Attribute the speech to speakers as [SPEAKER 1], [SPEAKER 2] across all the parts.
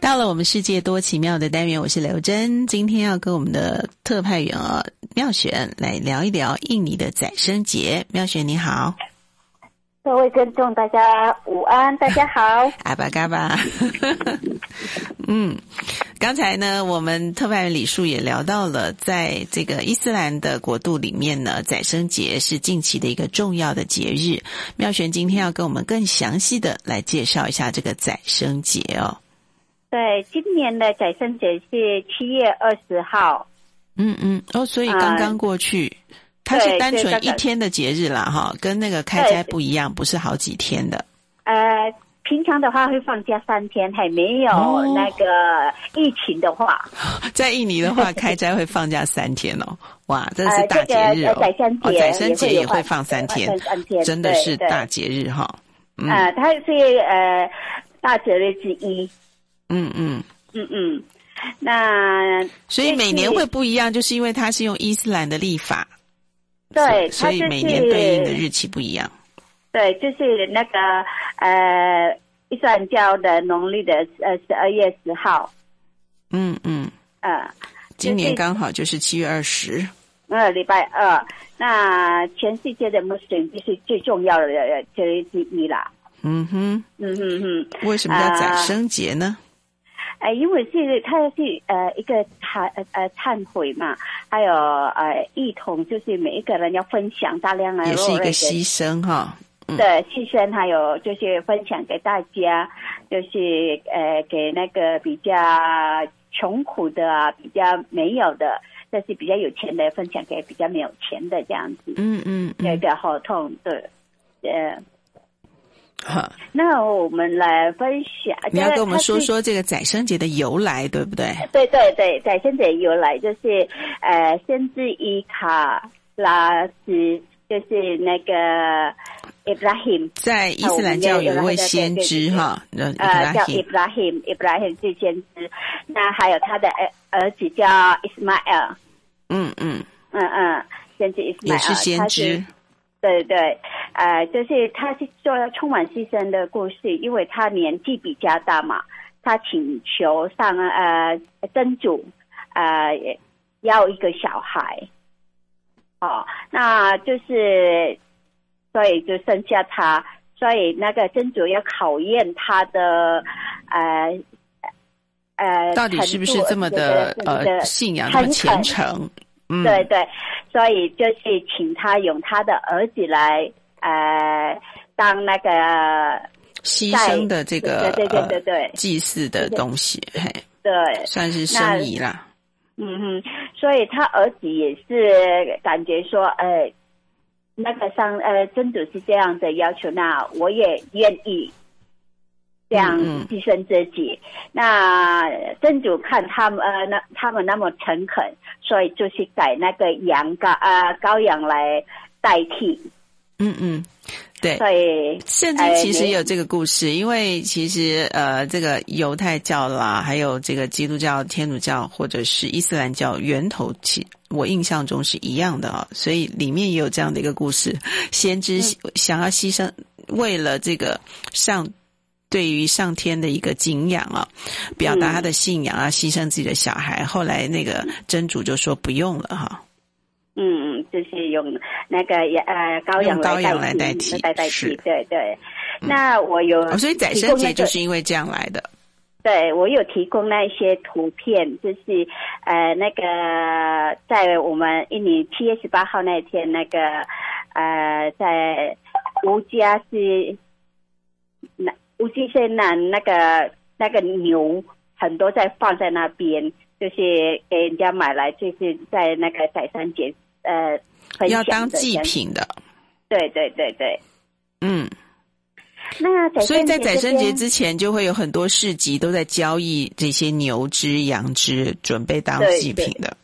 [SPEAKER 1] 到了我们世界多奇妙的单元，我是刘真。今天要跟我们的特派员啊妙璇来聊一聊印尼的宰生节。妙璇你好，
[SPEAKER 2] 各位观众，大家午安，大家好。
[SPEAKER 1] 阿巴嘎巴。 嗯，刚才呢，我们特派员李树也聊到了，在这个伊斯兰的国度里面呢，宰生节是近期的一个重要的节日。妙璇今天要跟我们更详细的来介绍一下这个宰生节哦。
[SPEAKER 2] 对，今年的宰生节是七月二十号，
[SPEAKER 1] 嗯嗯，哦，所以刚刚过去，
[SPEAKER 2] 呃
[SPEAKER 1] 它是单纯一天的节日啦，哈，跟那个开斋不一样，不是好几天的。
[SPEAKER 2] 呃，平常的话会放假三天，还没有
[SPEAKER 1] 哦
[SPEAKER 2] 那个疫情的话，
[SPEAKER 1] 在印尼的话，开斋会放假三天 哦，哇，真的是
[SPEAKER 2] 呃，
[SPEAKER 1] 大
[SPEAKER 2] 这
[SPEAKER 1] 节
[SPEAKER 2] 个
[SPEAKER 1] 日
[SPEAKER 2] 呃
[SPEAKER 1] 哦，
[SPEAKER 2] 宰生
[SPEAKER 1] 哦
[SPEAKER 2] 节
[SPEAKER 1] 宰生节也会
[SPEAKER 2] 会
[SPEAKER 1] 放三天
[SPEAKER 2] 放，三天，
[SPEAKER 1] 真的是
[SPEAKER 2] 对
[SPEAKER 1] 大。节日哈、嗯
[SPEAKER 2] 对呃，它是呃大节日之一，
[SPEAKER 1] 嗯嗯，
[SPEAKER 2] 嗯嗯。那
[SPEAKER 1] 所以每年会不一样，就是因为它是用伊斯兰的历法，
[SPEAKER 2] 对，
[SPEAKER 1] 所
[SPEAKER 2] 它
[SPEAKER 1] 以
[SPEAKER 2] 就
[SPEAKER 1] 每
[SPEAKER 2] 是
[SPEAKER 1] 年对应的日期不一样。
[SPEAKER 2] 对，就是那个呃伊斯兰教的农历的呃十二月十号，
[SPEAKER 1] 嗯嗯，
[SPEAKER 2] 呃。
[SPEAKER 1] 今年刚好就是七月二十。
[SPEAKER 2] 呃，礼拜二，那全世界的穆斯林就是最重要的节日之一啦。
[SPEAKER 1] 嗯哼，
[SPEAKER 2] 嗯哼哼，
[SPEAKER 1] 为什么叫宰
[SPEAKER 2] 啊
[SPEAKER 1] 生节呢？
[SPEAKER 2] 呃，因为是它是呃一个忏呃呃忏悔嘛，还有呃一同就是每一个人要分享大量的
[SPEAKER 1] 也是一个
[SPEAKER 2] 肉类
[SPEAKER 1] 牺牲哈。嗯
[SPEAKER 2] 的牺牲，还有就是分享给大家，就是呃给那个比较穷苦的啊，比较没有的，但是比较有钱的分享给比较没有钱的这样子。
[SPEAKER 1] 嗯嗯
[SPEAKER 2] 有一
[SPEAKER 1] 嗯，
[SPEAKER 2] 个合同对，呃，
[SPEAKER 1] 好，
[SPEAKER 2] 那我们来分享，
[SPEAKER 1] 你要
[SPEAKER 2] 这个
[SPEAKER 1] 跟我们
[SPEAKER 2] 它是
[SPEAKER 1] 说。说这个宰生节的由来，对不对？
[SPEAKER 2] 对对对，在现在由来就是，呃，先知伊卡拉斯就是那个 Ibrahim，
[SPEAKER 1] 在
[SPEAKER 2] 啊
[SPEAKER 1] 伊斯兰教有一位先知哈，那伊布
[SPEAKER 2] 呃，
[SPEAKER 1] 拉
[SPEAKER 2] 叫
[SPEAKER 1] 希
[SPEAKER 2] Ibrahim Ibrahim 是先知，那还有他的儿儿子叫 Ismail，
[SPEAKER 1] 嗯嗯，
[SPEAKER 2] 嗯嗯，先知 Ismail
[SPEAKER 1] 也是先
[SPEAKER 2] 呃他
[SPEAKER 1] 知，
[SPEAKER 2] 对对，呃，就是他是做了充满牺牲的故事，因为他年纪比较大嘛，他请求上呃真主，呃要一个小孩，哦，那就是，所以就生下他，所以那个真主要考验他的，呃呃，
[SPEAKER 1] 到底是不是这么的
[SPEAKER 2] 程度这个
[SPEAKER 1] 呃信仰这么虔诚？嗯，
[SPEAKER 2] 对对，所以就是请他用他的儿子来呃当那个
[SPEAKER 1] 牺牲的这个
[SPEAKER 2] 对对对对对
[SPEAKER 1] 呃祭祀的东西，嘿，
[SPEAKER 2] 对，
[SPEAKER 1] 算是生仪啦。
[SPEAKER 2] 嗯哼，所以他儿子也是感觉说，呃，那个上呃真主是这样的要求，那我也愿意。这样
[SPEAKER 1] 嗯嗯
[SPEAKER 2] 牺牲自己，那真主看他们呃，那他们那么诚恳，所以就是改那个羊羔呃羔羊来代替，
[SPEAKER 1] 嗯嗯，对，
[SPEAKER 2] 所以
[SPEAKER 1] 圣经
[SPEAKER 2] 哎
[SPEAKER 1] 其实有这个故事，因为其实呃，这个犹太教啦，还有这个基督教、天主教或者是伊斯兰教源头其。我印象中是一样的啊、所以里面也有这样的一个故事：先
[SPEAKER 2] 嗯
[SPEAKER 1] 知想要牺牲，为了这个上对于上天的一个敬仰啊，表
[SPEAKER 2] 嗯
[SPEAKER 1] 达他的信仰啊，牺牲自己的小孩。后来那个真主就说不用了哈、
[SPEAKER 2] 嗯，就是用那个呃羔羊
[SPEAKER 1] 用羔羊来代
[SPEAKER 2] 代
[SPEAKER 1] 替
[SPEAKER 2] 代代
[SPEAKER 1] 是嗯
[SPEAKER 2] 替，对对。那我有嗯提供那个、
[SPEAKER 1] 哦所以宰生节就是因为这样来的。
[SPEAKER 2] 对我有提供那一些图片，就是呃那个在我们印尼七月十八号那一天，那个呃在吴家是南吴记县南那个那个牛很多在放在那边，就是给人家买来，就是在那个宰生节呃分
[SPEAKER 1] 要
[SPEAKER 2] 享
[SPEAKER 1] 当
[SPEAKER 2] 的
[SPEAKER 1] 祭
[SPEAKER 2] 这样
[SPEAKER 1] 品的，
[SPEAKER 2] 对对对对，
[SPEAKER 1] 嗯。
[SPEAKER 2] 那宰
[SPEAKER 1] 所以在
[SPEAKER 2] 这
[SPEAKER 1] 宰生节
[SPEAKER 2] 边
[SPEAKER 1] 之前，就会有很多市集都在交易这些牛只、羊只，准备当
[SPEAKER 2] 对
[SPEAKER 1] 祭品的。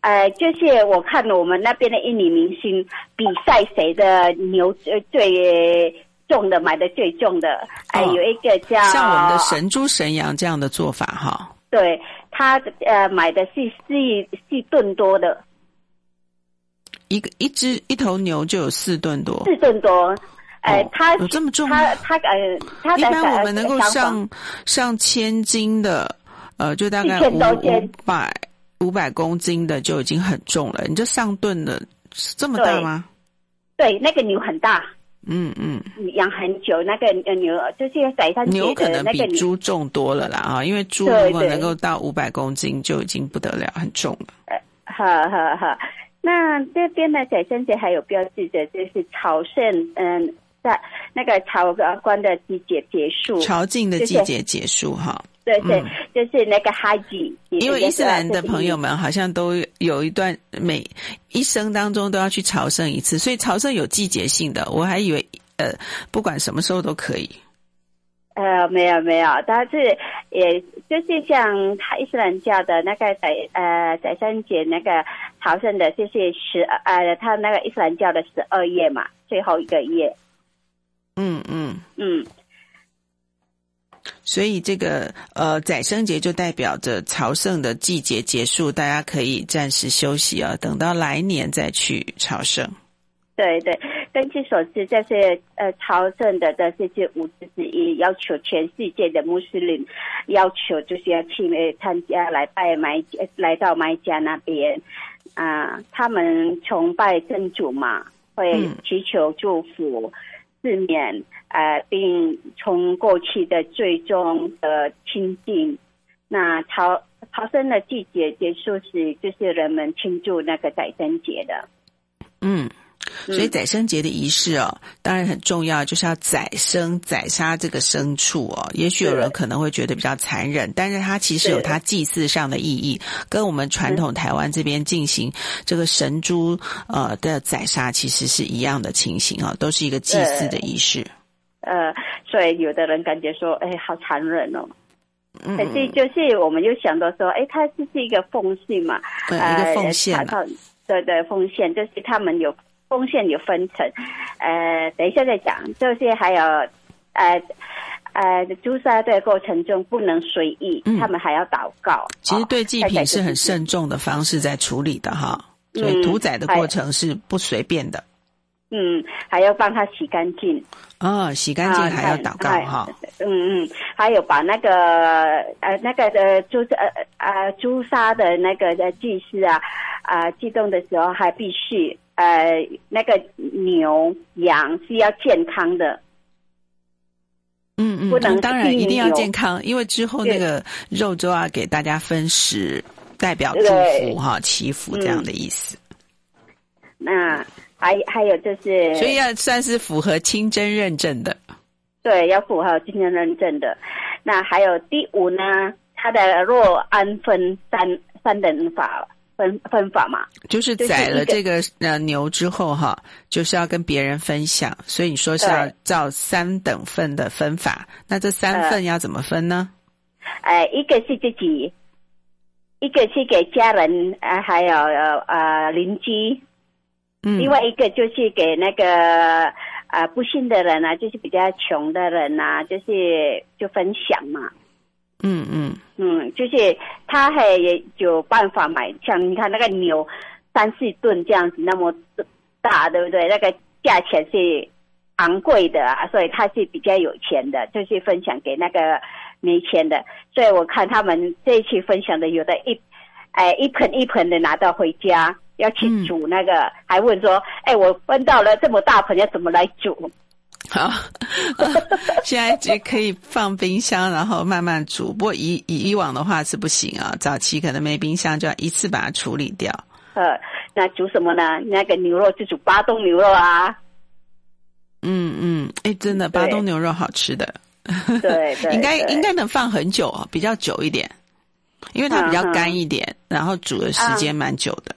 [SPEAKER 2] 呃，就是我看我们那边的印尼明星比赛谁的牛呃最重的买的最重的，哎、
[SPEAKER 1] 哦
[SPEAKER 2] 有一个叫
[SPEAKER 1] 像我们的神猪、神羊这样的做法，哈，
[SPEAKER 2] 对他呃买的是四四吨多的，
[SPEAKER 1] 一个一只一头牛就有四吨多，
[SPEAKER 2] 四吨多。呃，
[SPEAKER 1] 哦
[SPEAKER 2] 他
[SPEAKER 1] 有这么重吗
[SPEAKER 2] 他他呃，他的呃
[SPEAKER 1] 一般我们能够
[SPEAKER 2] 想法
[SPEAKER 1] 上上千斤的，呃，就大概
[SPEAKER 2] 1000
[SPEAKER 1] 五
[SPEAKER 2] 多
[SPEAKER 1] 五
[SPEAKER 2] 斤
[SPEAKER 1] 百五百公斤的就已经很重了，你这上吨的是这么大
[SPEAKER 2] 对
[SPEAKER 1] 吗？
[SPEAKER 2] 对那个牛很大，
[SPEAKER 1] 嗯嗯，
[SPEAKER 2] 养很久那个呃牛，就是宰上
[SPEAKER 1] 牛
[SPEAKER 2] 节
[SPEAKER 1] 可
[SPEAKER 2] 的
[SPEAKER 1] 能
[SPEAKER 2] 那
[SPEAKER 1] 比
[SPEAKER 2] 个牛，
[SPEAKER 1] 猪重多了啦啊，因为猪
[SPEAKER 2] 对
[SPEAKER 1] 如果
[SPEAKER 2] 对
[SPEAKER 1] 能够到五百公斤就已经不得了，很重了。
[SPEAKER 2] 哈哈哈。那这边呢，宰相节还有标志着就是朝圣，嗯，在那个朝官的季节结束，
[SPEAKER 1] 朝觐的
[SPEAKER 2] 谢
[SPEAKER 1] 季
[SPEAKER 2] 谢
[SPEAKER 1] 节结束哈，
[SPEAKER 2] 对对，就是那个哈吉，
[SPEAKER 1] 嗯因为伊斯兰的朋友
[SPEAKER 2] 们，
[SPEAKER 1] 们好像都有一段每一生当中都要去朝圣一次，所以朝圣有季节性的，我还以为呃不管什么时候都可以。
[SPEAKER 2] 呃，没有没有，但是也就是像他伊斯兰教的那个宰呃宰相节那个朝圣的，就是十呃他那个伊斯兰教的十二月嘛，最后一个月，
[SPEAKER 1] 嗯嗯，
[SPEAKER 2] 嗯，
[SPEAKER 1] 所以这个呃宰生节就代表着朝圣的季节结束，大家可以暂时休息啊，等到来年再去朝圣。
[SPEAKER 2] 对对。根据所知，这些呃朝圣的这些是五之之一，要求全世界的穆斯林要求就是要去呃参加来拜麦呃来到麦加那边啊、他们崇拜真主嘛，会
[SPEAKER 1] 嗯
[SPEAKER 2] 祈求祝福。自勉，呃，并从过去的最终的清净。那朝朝圣的季节结束时，就是人们庆祝那个宰生节的。
[SPEAKER 1] 嗯，
[SPEAKER 2] 嗯
[SPEAKER 1] 所以宰生节的仪式哦，当然很重要，就是要宰生、宰杀这个牲畜哦。也许有人
[SPEAKER 2] 对
[SPEAKER 1] 可能会觉得比较残忍，但是它其实有
[SPEAKER 2] 对
[SPEAKER 1] 它祭祀上的意义，跟我们传统台湾这边进行这个神猪呃的宰杀其实是一样的情形哦，都是一个祭祀的仪式。
[SPEAKER 2] 呃，所以有的人感觉说，哎，好残忍哦。
[SPEAKER 1] 嗯，
[SPEAKER 2] 可是就是我们又想到说，哎，它就是一个奉献嘛，
[SPEAKER 1] 对，一个
[SPEAKER 2] 呃
[SPEAKER 1] 奉献
[SPEAKER 2] 查
[SPEAKER 1] 啊。
[SPEAKER 2] 到对对，奉献就是他们有奉献有分成，呃，等一下再讲，就是还有呃呃屠杀的过程中不能随意，
[SPEAKER 1] 嗯
[SPEAKER 2] 他们还要祷告。
[SPEAKER 1] 其实
[SPEAKER 2] 哦
[SPEAKER 1] 对祭
[SPEAKER 2] 再
[SPEAKER 1] 品
[SPEAKER 2] 讲
[SPEAKER 1] 是
[SPEAKER 2] 就
[SPEAKER 1] 很
[SPEAKER 2] 是
[SPEAKER 1] 慎重的方式在处理的哈，
[SPEAKER 2] 嗯
[SPEAKER 1] 所以屠宰的
[SPEAKER 2] 还
[SPEAKER 1] 过程是不随便的
[SPEAKER 2] 嗯，还要帮他洗干净。
[SPEAKER 1] 啊、洗干净
[SPEAKER 2] 啊
[SPEAKER 1] 还要祷告
[SPEAKER 2] 还
[SPEAKER 1] 哈。
[SPEAKER 2] 嗯嗯，还有把那个呃那个呃朱呃呃朱砂的那个的技师啊啊、激动的时候还必须呃那个牛羊是要健康的，
[SPEAKER 1] 嗯嗯，
[SPEAKER 2] 不能
[SPEAKER 1] 嗯当然
[SPEAKER 2] 轻易
[SPEAKER 1] 一定要
[SPEAKER 2] 有
[SPEAKER 1] 健康，因为之后那
[SPEAKER 2] 对
[SPEAKER 1] 个肉粥啊，给大家分食，代表祝
[SPEAKER 2] 对嗯
[SPEAKER 1] 福哈、祈福这样的意思，
[SPEAKER 2] 那还还有就是，
[SPEAKER 1] 嗯所以要算是符合清真认证的。
[SPEAKER 2] 对要符合精神认证的。那还有第五呢，它的若安分三三等法分分法嘛，
[SPEAKER 1] 就是
[SPEAKER 2] 就是
[SPEAKER 1] 宰
[SPEAKER 2] 一
[SPEAKER 1] 了
[SPEAKER 2] 个
[SPEAKER 1] 这个呃牛之后哈，就是要跟别人分享，所以你说是要
[SPEAKER 2] 对
[SPEAKER 1] 照三等份的分法，那这三
[SPEAKER 2] 呃
[SPEAKER 1] 份要怎么分呢？
[SPEAKER 2] 呃，一个是自己，一个是给家人，呃，还有呃呃邻居，
[SPEAKER 1] 嗯，
[SPEAKER 2] 另外一个就是给那个呃不幸的人啊，就是比较穷的人啊，就是就分享嘛。
[SPEAKER 1] 嗯嗯，
[SPEAKER 2] 嗯，就是他还也有办法买，像你看那个牛三四吨这样子那么大，对不对？那个价钱是昂贵的啊，所以他是比较有钱的，就是分享给那个没钱的。所以我看他们这一期分享的，有的一哎一盆一盆的拿到回家。要去
[SPEAKER 1] 嗯
[SPEAKER 2] 煮那个，还问说：“哎，我分到了这么大盆，要怎么来煮
[SPEAKER 1] 好， 现在就可以放冰箱，然后慢慢煮。不过以以以往的话是不行啊，早期可能没冰箱，就要一次把它处理掉。？”
[SPEAKER 2] 呃，那煮什么呢？那个牛肉就煮巴东牛肉 啊，
[SPEAKER 1] 嗯嗯，哎，真的，
[SPEAKER 2] 对
[SPEAKER 1] 巴东牛肉好吃的，
[SPEAKER 2] 对对，
[SPEAKER 1] 应该
[SPEAKER 2] 对
[SPEAKER 1] 应该能放很久哦，比较久一点，因为它比较
[SPEAKER 2] 嗯嗯
[SPEAKER 1] 干一点，然后煮的时间蛮久的。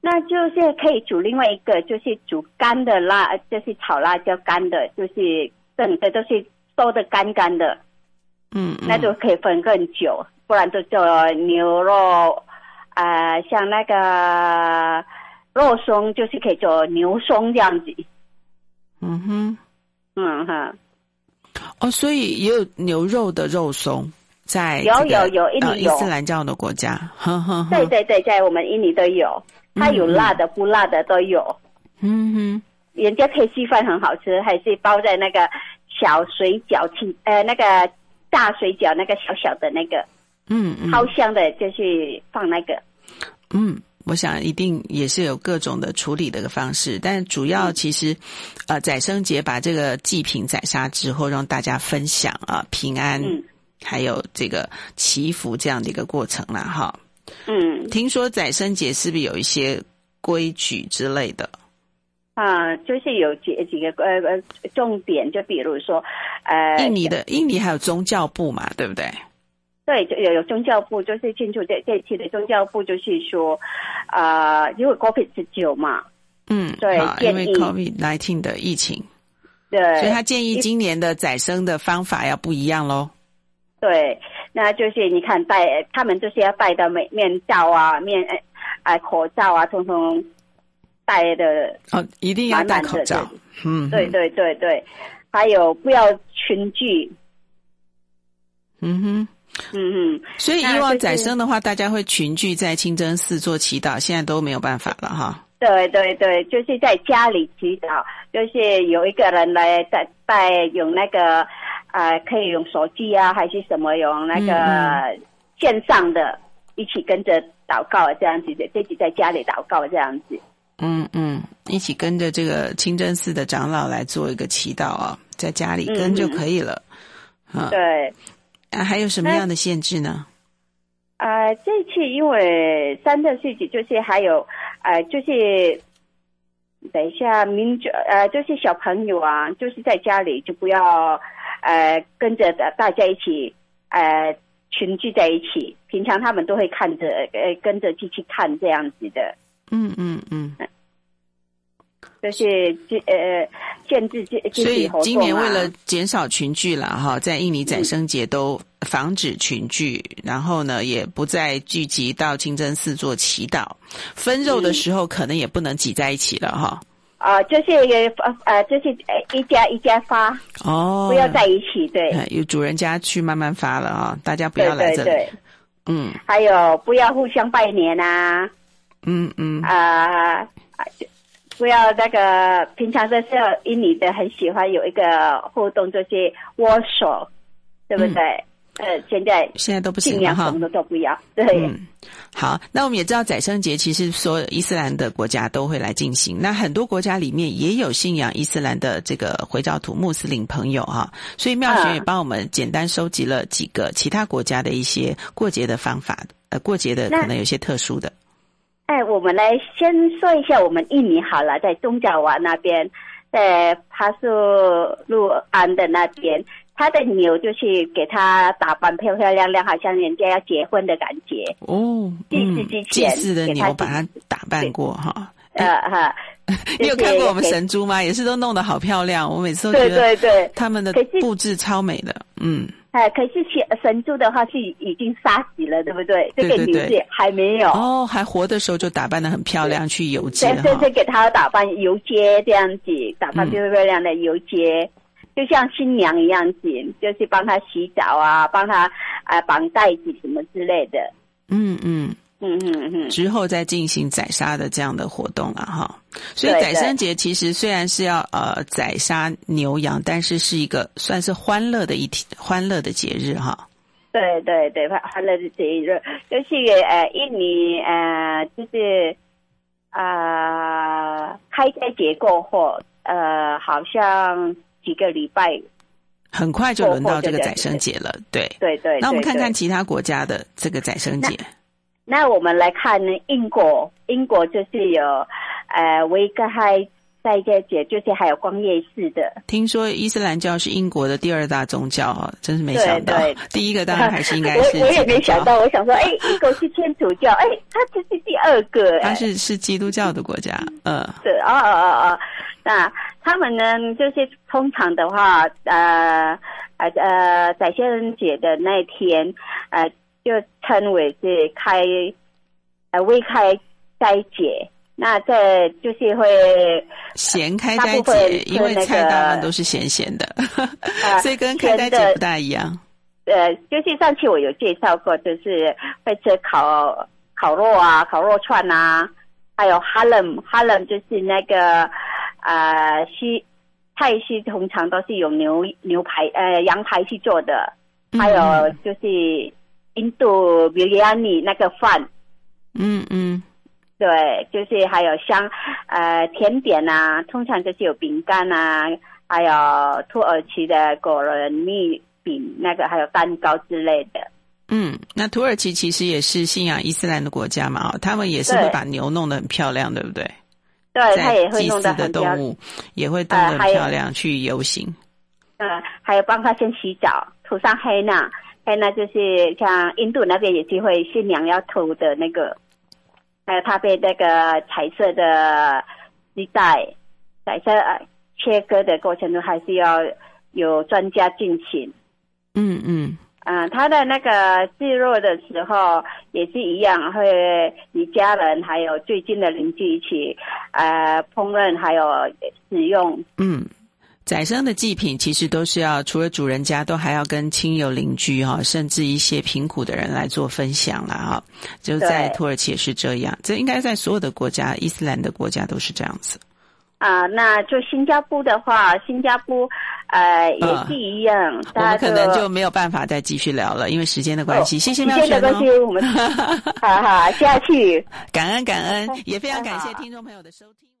[SPEAKER 2] 那就是可以煮另外一个，就是煮干的辣，就是炒辣椒干的，就是整的都是收的干干的，
[SPEAKER 1] 嗯，嗯
[SPEAKER 2] 那就可以分更久。不然就做牛肉，啊、像那个肉松，就是可以做牛松这样子。
[SPEAKER 1] 嗯哼，
[SPEAKER 2] 嗯哈，
[SPEAKER 1] 哦，所以也有牛肉的肉松，在
[SPEAKER 2] 有
[SPEAKER 1] 这个
[SPEAKER 2] 有有印尼
[SPEAKER 1] 呃伊
[SPEAKER 2] 有
[SPEAKER 1] 斯兰教的国家，哼哼哼，
[SPEAKER 2] 对对对，在我们印尼都有，它有辣的、不辣的都有。
[SPEAKER 1] 嗯哼，
[SPEAKER 2] 人家配稀饭很好吃，还是包在那个小水饺起呃那个大水饺那个小小的那个
[SPEAKER 1] 嗯嗯
[SPEAKER 2] 超香的，就是放那个。
[SPEAKER 1] 嗯，我想一定也是有各种的处理的一个方式，但主要其实，呃，宰生节把这个祭品宰杀之后，让大家分享啊、平安，
[SPEAKER 2] 嗯
[SPEAKER 1] 还有这个祈福这样的一个过程啦，哈。
[SPEAKER 2] 嗯
[SPEAKER 1] 听说宰生节是不是有一些规矩之类的？
[SPEAKER 2] 啊，就是有几几个呃呃重点，就比如说呃
[SPEAKER 1] 印尼的印尼还有宗教部嘛，对不对？
[SPEAKER 2] 对，就有有宗教部，就是庆祝这这一期的宗教部，就是说，呃，因为 COVID 十九嘛，
[SPEAKER 1] 嗯，
[SPEAKER 2] 对
[SPEAKER 1] 好因
[SPEAKER 2] 建
[SPEAKER 1] 为
[SPEAKER 2] 议
[SPEAKER 1] COVID nineteen 的疫情，
[SPEAKER 2] 对，
[SPEAKER 1] 所以他建议今年的宰生的方法要不一样喽。
[SPEAKER 2] 对，那就是你看戴，他们就是要戴的面面罩啊，面呃啊口罩啊，通通戴的，
[SPEAKER 1] 哦，一定要戴
[SPEAKER 2] 满满的
[SPEAKER 1] 口罩。嗯，
[SPEAKER 2] 对对对对，还有不要群聚，
[SPEAKER 1] 嗯哼。
[SPEAKER 2] 嗯嗯，
[SPEAKER 1] 所以
[SPEAKER 2] 那
[SPEAKER 1] 以往
[SPEAKER 2] 就是
[SPEAKER 1] 宰生的话，大家会群聚在清真寺做祈祷，现在都没有办法了哈。
[SPEAKER 2] 对对对，就是在家里祈祷，就是有一个人来带带用那个，呃，可以用手机啊，还是什么用那
[SPEAKER 1] 嗯
[SPEAKER 2] 个线上的，一起跟着祷告这样子，自己在家里祷告这样子。
[SPEAKER 1] 嗯嗯，一起跟着这个清真寺的长老来做一个祈祷啊、在家里
[SPEAKER 2] 嗯
[SPEAKER 1] 跟就
[SPEAKER 2] 嗯
[SPEAKER 1] 可以了。啊、
[SPEAKER 2] 对，
[SPEAKER 1] 啊还有什么样的限制呢？
[SPEAKER 2] 呃，这次因为三的事情，就是还有，呃，就是。等一下，民族呃，就是小朋友啊，就是在家里就不要，呃，跟着大大家一起，呃，群聚在一起。平常他们都会看着，呃，跟着机器看这样子的，
[SPEAKER 1] 嗯嗯嗯。
[SPEAKER 2] 就是呃限制集集
[SPEAKER 1] 所以
[SPEAKER 2] 体活动、啊、
[SPEAKER 1] 今年为了减少群聚了
[SPEAKER 2] 嗯
[SPEAKER 1] 哈，在印尼宰生节都防止群聚，然后呢也不再聚集到清真寺做祈祷，分肉
[SPEAKER 2] 嗯
[SPEAKER 1] 的时候可能也不能挤在一起了哈。
[SPEAKER 2] 啊、就是呃呃，就是呃一家一家发，
[SPEAKER 1] 哦，
[SPEAKER 2] 不要在一起，对
[SPEAKER 1] 哎，有主人家去慢慢发了啊、大家不
[SPEAKER 2] 对
[SPEAKER 1] 要来
[SPEAKER 2] 对
[SPEAKER 1] 这里。
[SPEAKER 2] 对，
[SPEAKER 1] 嗯
[SPEAKER 2] 还有不要互相拜年啊。
[SPEAKER 1] 嗯嗯，
[SPEAKER 2] 啊、啊就不要那个，平常的时候，印尼的很喜欢有一个活动，就是握手，对不对？呃，现在
[SPEAKER 1] 现在都不行
[SPEAKER 2] 尽
[SPEAKER 1] 了
[SPEAKER 2] 量
[SPEAKER 1] 哈
[SPEAKER 2] 什。么都不要，对，
[SPEAKER 1] 嗯，好，那我们也知道宰生节其实所有伊斯兰的国家都会来进行，那很多国家里面也有信仰伊斯兰的这个回教徒穆斯林朋友哈、啊所以妙璇也
[SPEAKER 2] 嗯
[SPEAKER 1] 帮我们简单收集了几个其他国家的一些过节的方法，呃，过节的
[SPEAKER 2] 那
[SPEAKER 1] 可能有些特殊的。
[SPEAKER 2] 哎，我们来先说一下我们印尼好了，在中爪哇那边，在帕苏路安的那边，他的牛就是给它打扮漂漂亮亮，好像人家要结婚的感觉。
[SPEAKER 1] 哦，嗯
[SPEAKER 2] 祭祀之，
[SPEAKER 1] 祭
[SPEAKER 2] 前
[SPEAKER 1] 祀的
[SPEAKER 2] 给他
[SPEAKER 1] 牛把
[SPEAKER 2] 祭
[SPEAKER 1] 它打扮过哈。
[SPEAKER 2] 呃哈，
[SPEAKER 1] 哎 你有看过我们
[SPEAKER 2] 就是给
[SPEAKER 1] 神猪吗？也是都弄得好漂亮，我每次都觉
[SPEAKER 2] 对
[SPEAKER 1] 得
[SPEAKER 2] 对对，
[SPEAKER 1] 他们的
[SPEAKER 2] 可是
[SPEAKER 1] 布置超美的，嗯，
[SPEAKER 2] 哎，可是神神猪的话是已经杀死了，对不对？
[SPEAKER 1] 对
[SPEAKER 2] 这个
[SPEAKER 1] 对
[SPEAKER 2] 女
[SPEAKER 1] 对
[SPEAKER 2] 子还没有，
[SPEAKER 1] 哦，还活的时候就打扮的很漂亮，去游街
[SPEAKER 2] 但这
[SPEAKER 1] 哈，
[SPEAKER 2] 是给她打扮游街这样子，打扮
[SPEAKER 1] 嗯
[SPEAKER 2] 漂漂亮的游街，就像新娘一样子，就是帮她洗澡啊，帮她啊绑带子什么之类的。
[SPEAKER 1] 嗯嗯，
[SPEAKER 2] 嗯嗯嗯，
[SPEAKER 1] 之后再进行宰杀的这样的活动了哈。所以
[SPEAKER 2] 对
[SPEAKER 1] 宰生节其实虽然是要呃宰杀牛羊，但是是一个算是欢乐的一天，欢乐的节日哈。
[SPEAKER 2] 对对对，欢欢乐的节日就是呃印尼呃就是啊、呃、开斋节过后呃好像几个礼拜，
[SPEAKER 1] 很快就轮到这个
[SPEAKER 2] 过后就
[SPEAKER 1] 宰生节了，对。
[SPEAKER 2] 对对。
[SPEAKER 1] 那我们
[SPEAKER 2] 对
[SPEAKER 1] 看
[SPEAKER 2] 对
[SPEAKER 1] 看其他国家的这个宰生节，
[SPEAKER 2] 那我们来看英国，英国就是有呃维格嗨在这节，就是还有逛夜市的，
[SPEAKER 1] 听说伊斯兰教是英国的第二大宗教啊，真是没
[SPEAKER 2] 对
[SPEAKER 1] 想到
[SPEAKER 2] 对。
[SPEAKER 1] 第一个当然还是应该是
[SPEAKER 2] 我我也
[SPEAKER 1] 基督
[SPEAKER 2] 没想
[SPEAKER 1] 教，
[SPEAKER 2] 到，我想说，哎，英国是天主教，哎，它这是第二个，
[SPEAKER 1] 它
[SPEAKER 2] 哎，
[SPEAKER 1] 是是基督教的国家，呃，
[SPEAKER 2] 对，哦哦哦哦，那他们呢，就是通常的话，呃呃呃，在先人节的那一天，呃，就称为是开呃未开斋节，那这就是会。
[SPEAKER 1] 咸开
[SPEAKER 2] 大
[SPEAKER 1] 斋
[SPEAKER 2] 部分
[SPEAKER 1] 节，
[SPEAKER 2] 是
[SPEAKER 1] 因为
[SPEAKER 2] 那
[SPEAKER 1] 菜
[SPEAKER 2] 个
[SPEAKER 1] 当然都是咸咸的，
[SPEAKER 2] 呃
[SPEAKER 1] 所以跟开斋节不大一样。
[SPEAKER 2] 呃，就是上次我有介绍过，就是会吃烤烤肉啊、烤肉串啊，还有哈冷哈冷就是那个呃西泰式通常都是用牛牛排呃羊排去做的，
[SPEAKER 1] 嗯
[SPEAKER 2] 还有就是印度比利亚尼那个饭，
[SPEAKER 1] 嗯嗯
[SPEAKER 2] 对，就是还有像呃甜点啊，通常就是有饼干啊，还有土耳其的果仁蜜饼，那个还有蛋糕之类的。
[SPEAKER 1] 嗯，那土耳其其实也是信仰伊斯兰的国家嘛，哦，他们也是
[SPEAKER 2] 对
[SPEAKER 1] 会把牛弄得很漂亮，对不对？
[SPEAKER 2] 对，他
[SPEAKER 1] 在
[SPEAKER 2] 也会
[SPEAKER 1] 祭祀
[SPEAKER 2] 弄得
[SPEAKER 1] 的
[SPEAKER 2] 很漂
[SPEAKER 1] 动
[SPEAKER 2] 亮。
[SPEAKER 1] 物也会弄得很
[SPEAKER 2] 呃还有
[SPEAKER 1] 漂亮，去游行。
[SPEAKER 2] 嗯，还有帮他先洗澡，涂上黑娜。黑娜就是像印度那边也是会新娘要涂的那个，还有他被那个彩色的丝带，彩色呃切割的过程中还是要有专家进行。
[SPEAKER 1] 嗯嗯
[SPEAKER 2] 嗯，他的那个制作的时候也是一样，会与家人还有最近的邻居一起，呃，烹饪还有使用。
[SPEAKER 1] 嗯，宰生的祭品其实都是要除了主人家，都还要跟亲友邻居哈、甚至一些贫苦的人来做分享啦哈、就在
[SPEAKER 2] 对
[SPEAKER 1] 土耳其也是这样，这应该在所有的国家，伊斯兰的国家都是这样子。
[SPEAKER 2] 啊、那就新加坡的话，新加坡，呃，也
[SPEAKER 1] 嗯
[SPEAKER 2] 是一样。
[SPEAKER 1] 我
[SPEAKER 2] 大
[SPEAKER 1] 们
[SPEAKER 2] 家
[SPEAKER 1] 可能就没有办法再继续聊了，因为时间的关系。谢谢妙
[SPEAKER 2] 今天
[SPEAKER 1] 璇
[SPEAKER 2] 的
[SPEAKER 1] 哦
[SPEAKER 2] 东，西 我们，哈哈，下去。
[SPEAKER 1] 感恩感恩，也非常
[SPEAKER 2] 太
[SPEAKER 1] 感谢
[SPEAKER 2] 好了
[SPEAKER 1] 听众朋友的收听。